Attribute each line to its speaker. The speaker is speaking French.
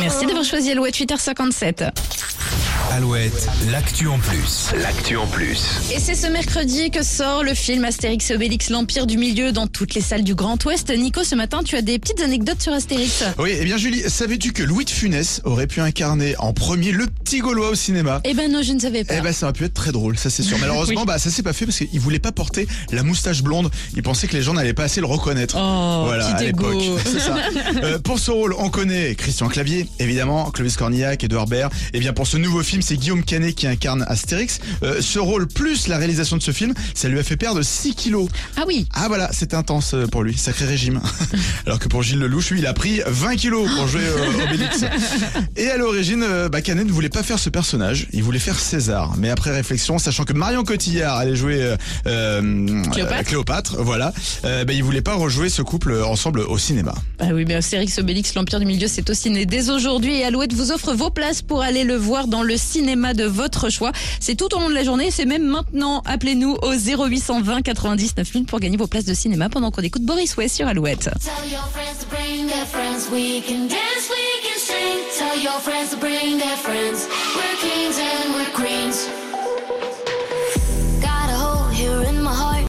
Speaker 1: Merci d'avoir choisi Alouette 8h57.
Speaker 2: Alouette, l'actu en plus.
Speaker 3: L'actu en plus.
Speaker 1: Et c'est ce mercredi que sort le film Astérix et Obélix, l'Empire du Milieu, dans toutes les salles du Grand Ouest. Nico, ce matin, tu as des petites anecdotes sur Astérix.
Speaker 4: Oui, eh bien Julie, savais-tu que Louis de Funès aurait pu incarner en premier le petit Gaulois au cinéma
Speaker 1: Eh ben non, je ne savais pas.
Speaker 4: eh ben ça aurait pu être très drôle, ça c'est sûr. Malheureusement, bah ça s'est pas fait parce qu'il voulait pas porter la moustache blonde. Il pensait que les gens n'allaient pas assez le reconnaître.
Speaker 1: Oh,
Speaker 4: voilà, à
Speaker 1: petit dégo.
Speaker 4: l'époque. C'est ça. Euh, pour ce rôle, on connaît Christian Clavier, évidemment, Clovis Cornillac, Edouard Baird. Et bien pour ce nouveau film, c'est Guillaume Canet qui incarne Astérix. Euh, ce rôle plus la réalisation de ce film, ça lui a fait perdre 6 kilos.
Speaker 1: Ah oui,
Speaker 4: Ah voilà, c'était intense euh, pour lui, sacré régime. Alors que pour Gilles Lelouch, lui, il a pris 20 kilos pour jouer euh, Obélix. Et à l'origine, euh, bah, Canet ne voulait pas faire ce personnage, il voulait faire César. Mais après réflexion, sachant que Marion Cotillard allait jouer euh, euh,
Speaker 1: Cléopâtre.
Speaker 4: euh, voilà, euh, bah, il voulait pas rejouer ce couple euh, ensemble au cinéma.
Speaker 1: Ah oui, mais Astérix Obélix, l'Empire du Milieu, c'est au ciné dès aujourd'hui et Alouette vous offre vos places pour aller le voir dans le cinéma de votre choix. C'est tout au long de la journée, c'est même maintenant. Appelez-nous au 0820 99 000 pour gagner vos places de cinéma pendant qu'on écoute Boris Way sur Alouette.
Speaker 5: Tell your friends to bring their friends. We can dance, we can sing. Tell your friends to bring their friends.